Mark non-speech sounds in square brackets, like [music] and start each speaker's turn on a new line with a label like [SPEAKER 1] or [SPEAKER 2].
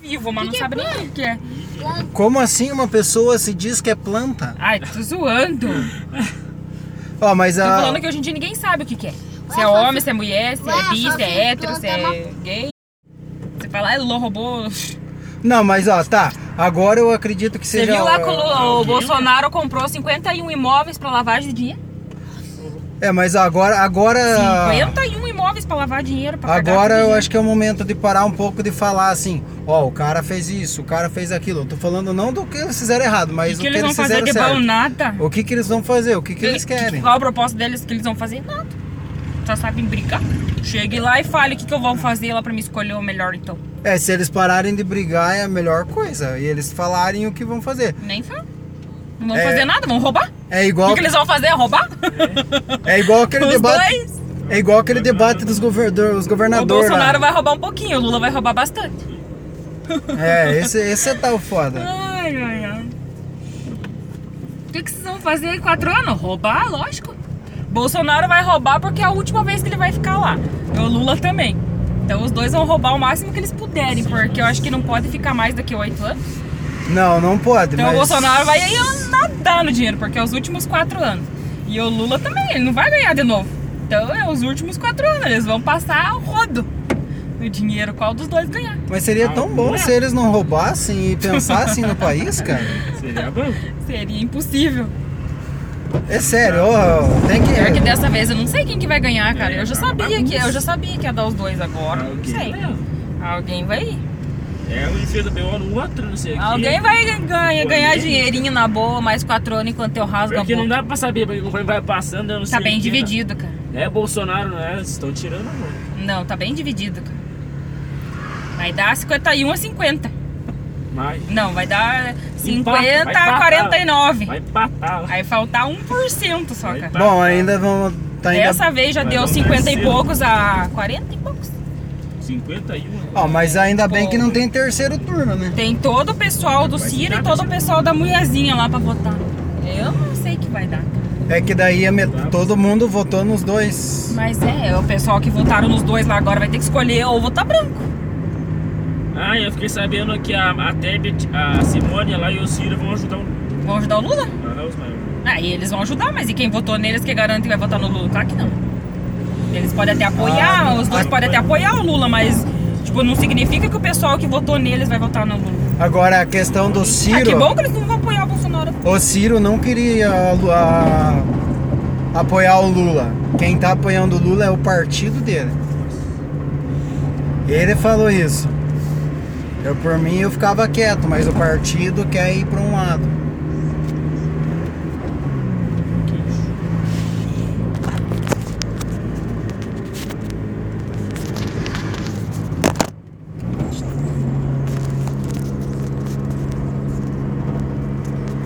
[SPEAKER 1] vivo, mas não sabe nem o que é.
[SPEAKER 2] Como assim uma pessoa se diz que é planta?
[SPEAKER 1] Ai, tô
[SPEAKER 2] [laughs]
[SPEAKER 1] zoando.
[SPEAKER 2] Ó, mas
[SPEAKER 1] Tô
[SPEAKER 2] a.
[SPEAKER 1] falando que hoje em dia ninguém sabe o que, que é. Se é homem, se é mulher, se é bi, se é hétero, se é gay. Você fala, é lô, robô.
[SPEAKER 2] Não, mas ó, tá. Agora eu acredito que
[SPEAKER 1] Você
[SPEAKER 2] seja.
[SPEAKER 1] viu lá que o, o
[SPEAKER 3] alguém-
[SPEAKER 1] Bolsonaro comprou 51 imóveis pra lavar dinheiro?
[SPEAKER 2] É, mas agora. Agora.
[SPEAKER 1] 51 imóveis pra lavar dinheiro, pra pagar
[SPEAKER 2] Tá. Agora eu
[SPEAKER 1] dinheiro.
[SPEAKER 2] acho que é o momento de parar um pouco de falar assim, ó, o cara fez isso, o cara fez aquilo. Eu tô falando não do que eles fizeram errado,
[SPEAKER 1] O que,
[SPEAKER 2] mas o
[SPEAKER 1] que eles vão fazer
[SPEAKER 2] fizeram
[SPEAKER 1] de
[SPEAKER 2] certo.
[SPEAKER 1] bom? Nada.
[SPEAKER 2] O que que eles vão fazer? O que que eles querem?
[SPEAKER 1] Qual a proposta deles que eles vão fazer? Nada. Só sabem brigar. Chegue lá e fale o que, que eu vou fazer lá pra me escolher o melhor, então.
[SPEAKER 2] É, se eles pararem de brigar é a melhor coisa. E eles falarem o que vão fazer.
[SPEAKER 1] Nem fala. Não vão
[SPEAKER 2] É.
[SPEAKER 1] fazer nada, vão roubar.
[SPEAKER 2] É
[SPEAKER 1] O
[SPEAKER 2] igual,
[SPEAKER 1] que, que eles vão fazer? Roubar?
[SPEAKER 2] é igual aquele
[SPEAKER 1] [laughs] Os
[SPEAKER 2] debate.
[SPEAKER 1] dois.
[SPEAKER 2] É igual aquele debate dos governadores.
[SPEAKER 1] O Bolsonaro
[SPEAKER 2] governadores.
[SPEAKER 1] vai roubar um pouquinho, o Lula vai roubar bastante.
[SPEAKER 2] É, esse, esse é tal foda.
[SPEAKER 1] Ai, ai, ai. O que, que vocês vão fazer em quatro anos? Roubar, lógico. Bolsonaro vai roubar porque é a última vez que ele vai ficar lá. E o Lula também. Então os dois vão roubar o máximo que eles puderem, porque eu acho que não pode ficar mais daqui a oito anos.
[SPEAKER 2] Não, não pode.
[SPEAKER 1] Então
[SPEAKER 2] mas...
[SPEAKER 1] o Bolsonaro vai aí nadar no dinheiro, porque é os últimos quatro anos. E o Lula também, ele não vai ganhar de novo. Então é os últimos quatro anos, eles vão passar o rodo no dinheiro, qual dos dois ganhar.
[SPEAKER 2] Mas seria tão bom
[SPEAKER 1] é?
[SPEAKER 2] se eles não roubassem e pensassem no país, cara.
[SPEAKER 3] Seria bom.
[SPEAKER 1] Seria impossível.
[SPEAKER 2] É sério, ó, tem que.
[SPEAKER 1] Pior que dessa vez eu não sei quem que vai ganhar, cara.
[SPEAKER 3] É,
[SPEAKER 1] eu já
[SPEAKER 3] tá uma
[SPEAKER 1] sabia que eu
[SPEAKER 3] bagunça.
[SPEAKER 1] já sabia que ia dar os dois agora. Não sei. Alguém vai ir.
[SPEAKER 3] Ah, É, um enfia do BO no outro, não sei o quê.
[SPEAKER 1] Alguém vai ganhar,
[SPEAKER 3] Pô,
[SPEAKER 1] ganhar
[SPEAKER 3] ninguém.
[SPEAKER 1] dinheirinho na boa, mais quatro anos enquanto eu rasgo a
[SPEAKER 3] Porque não
[SPEAKER 1] boca.
[SPEAKER 3] dá pra saber, quando vai passando, eu não sei.
[SPEAKER 1] Tá bem
[SPEAKER 3] o quê, né?
[SPEAKER 1] dividido, cara.
[SPEAKER 3] É Bolsonaro, não é? Eles estão tirando a mão.
[SPEAKER 1] Não, tá bem dividido, cara. Vai dar 51 a 50.
[SPEAKER 3] Mas
[SPEAKER 1] Não, vai dar 50
[SPEAKER 3] Empata, vai
[SPEAKER 1] a
[SPEAKER 3] empatar.
[SPEAKER 1] 49.
[SPEAKER 3] vai empatar. né?
[SPEAKER 1] Aí faltar 1% só,
[SPEAKER 3] Vai
[SPEAKER 1] cara.
[SPEAKER 2] Bom, ainda vamos. Tá ainda...
[SPEAKER 1] Dessa vez já
[SPEAKER 3] Vai
[SPEAKER 1] deu
[SPEAKER 3] dar um
[SPEAKER 1] 50 e
[SPEAKER 3] terceiro.
[SPEAKER 1] poucos a 40 e poucos.
[SPEAKER 3] 51.
[SPEAKER 2] Ó, mas ainda bem
[SPEAKER 1] Pô.
[SPEAKER 2] que não tem terceiro turno, né?
[SPEAKER 1] Tem todo o pessoal do
[SPEAKER 3] Vai
[SPEAKER 1] Ciro
[SPEAKER 3] ficar
[SPEAKER 1] e todo o
[SPEAKER 3] nessa-
[SPEAKER 1] pessoal da mulherzinha lá pra votar. Eu não sei o que vai dar.
[SPEAKER 2] É que daí a met- todo mundo votou nos dois.
[SPEAKER 1] Mas é, o pessoal que votaram nos dois lá agora vai ter que escolher ou votar branco.
[SPEAKER 3] Ah, eu fiquei sabendo que a, a Tebet, a Simone lá e o Ciro vão ajudar um.
[SPEAKER 1] Vão ajudar o Lula?
[SPEAKER 3] Não, não, os maiores.
[SPEAKER 1] Aí eles vão ajudar, mas e quem votou neles que garante que vai votar no Lula? Claro que não. Eles podem até apoiar,
[SPEAKER 2] Ah,
[SPEAKER 1] os dois
[SPEAKER 2] ah,
[SPEAKER 1] podem até apoiar o Lula, mas tipo, não significa que o pessoal que votou neles vai votar no Lula.
[SPEAKER 2] Agora a questão do
[SPEAKER 1] Ah, que
[SPEAKER 2] Ciro.
[SPEAKER 1] bom que eles não vão apoiar o Bolsonaro.
[SPEAKER 2] O Ciro não queria a Lu- a- apoiar o Lula. Quem tá apoiando o Lula é o partido dele. Ele falou isso. Eu por mim eu ficava quieto, mas o partido quer ir pra um lado.